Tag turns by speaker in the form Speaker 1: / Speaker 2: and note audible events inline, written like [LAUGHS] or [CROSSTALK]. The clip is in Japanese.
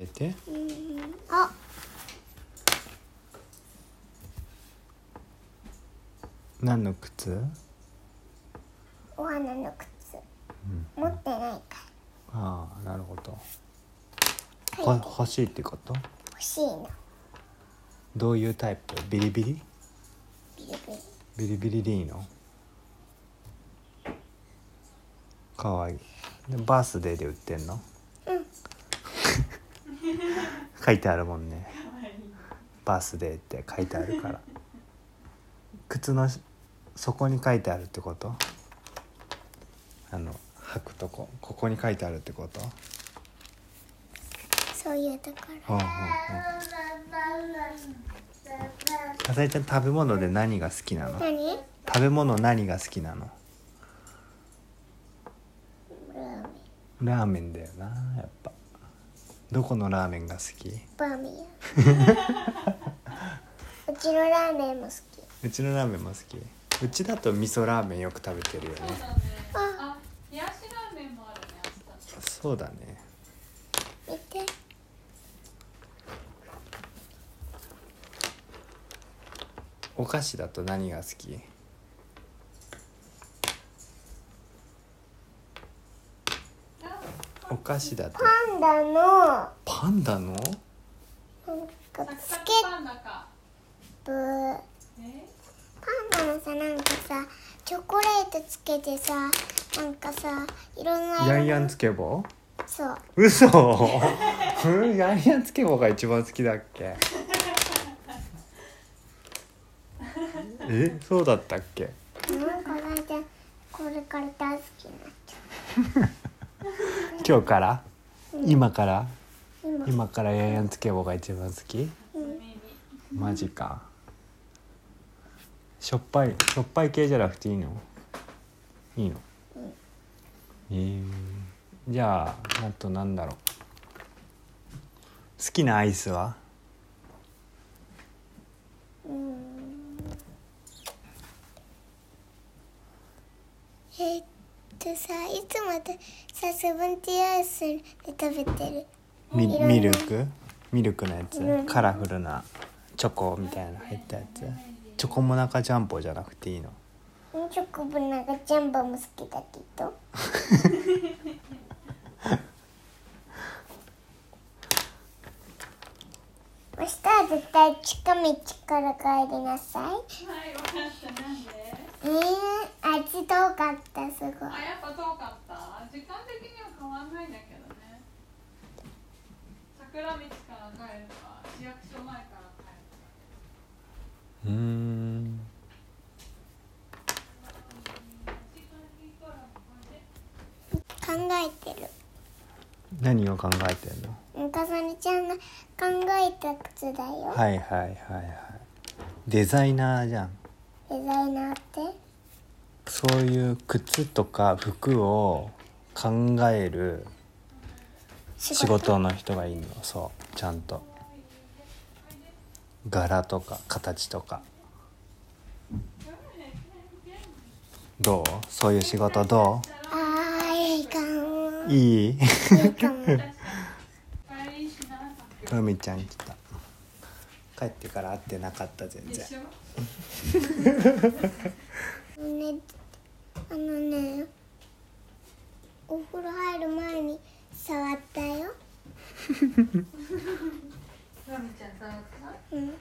Speaker 1: 入れて
Speaker 2: うんあ
Speaker 1: 何の靴
Speaker 2: お花の靴、持ってないか
Speaker 1: ああなるほど、
Speaker 2: ら
Speaker 1: は
Speaker 2: 早く
Speaker 1: 欲しいってこと
Speaker 2: 欲しいの
Speaker 1: どういうタイプビリビリ
Speaker 2: ビリ
Speaker 1: ビ
Speaker 2: ビリ
Speaker 1: リビリでいいのかわいいでバースデーで売ってんの、 [LAUGHS] 書いてあるもんねバースデーって書いてあるから靴の底に書いてあるってことあの履くとこここに書いてあるってこと
Speaker 2: そういうとこ
Speaker 1: うんう
Speaker 2: ろ
Speaker 1: んうん浅井ちゃん食べ物で何が好きなの
Speaker 2: 何
Speaker 1: 食べ物何が好きなの
Speaker 2: ラーメン
Speaker 1: ラーメンだよなやっぱどこのラーメンが好き
Speaker 2: バーミヤンうちのラーメンも好き
Speaker 1: うちのラーメンも好きうちだと味噌ラーメンよく食べてるよね
Speaker 3: そうだね。あ、冷やしラーメンもあるね。明日
Speaker 1: そうだね
Speaker 2: 見て
Speaker 1: お菓子だと何が好きお菓子だと
Speaker 2: パンダのな
Speaker 1: パンダの
Speaker 2: んか
Speaker 3: サク
Speaker 2: ス
Speaker 3: サク
Speaker 2: ケ
Speaker 3: パンダか。
Speaker 2: ップ
Speaker 3: え、
Speaker 2: パンダのさなんかさチョコレートつけてさなんかさいろんな
Speaker 1: ヤン
Speaker 2: 色
Speaker 1: ヤ
Speaker 2: の
Speaker 1: ンつけ棒
Speaker 2: そう
Speaker 1: 嘘うんヤンヤンつけ棒が一番好きだっけえそうだったっけ
Speaker 2: なんか大体これから大好きになっちゃ
Speaker 1: 今日から今から
Speaker 2: う今
Speaker 1: 今からヤンヤンつけ棒が一番好き
Speaker 3: 耳に。
Speaker 1: マジかしょっぱいしょっぱい系じゃなくていいのいいのえー、じゃああとなんだろう好きなアイスは
Speaker 2: うんえーっとさいつもでさセブンティーンアイスで食べてる
Speaker 1: ミ
Speaker 2: いろいろ
Speaker 1: ミルクミルクのやつ
Speaker 2: いろいろ
Speaker 1: カラフルなチョコみたいな入ったやつチョコモナカジャンボじゃなくていいの
Speaker 2: うんチョコブなんかジャンボも好きだけど [LAUGHS] 明日は絶対近道から帰りなさい
Speaker 3: はい、わかった。なんで？
Speaker 2: えー、味遠かったすごい
Speaker 3: あ、やっぱ遠かった。時間的には変わんないんだけどね。桜道から帰るか、市役所前から帰るか。
Speaker 1: うーん
Speaker 2: 考えてる
Speaker 1: 何を考えてんの
Speaker 2: うんかさねちゃんが考えた靴だよ、
Speaker 1: はいはいはいはいデザイナーじゃん
Speaker 2: デザイナーって
Speaker 1: そういう靴とか服を考える
Speaker 2: 仕
Speaker 1: 仕事の人がいるのそうちゃんと柄とか形とかどうそういう仕事ど
Speaker 2: あーいいかも
Speaker 1: う [LAUGHS] いい
Speaker 2: いいかも
Speaker 3: 帰りしなかった
Speaker 1: とみちゃん来た帰ってから会ってなかった全
Speaker 3: で
Speaker 1: 然
Speaker 3: しょ。
Speaker 2: あのねあのねお風呂入る前に触ったよ
Speaker 3: ラミちゃん触った？
Speaker 2: うん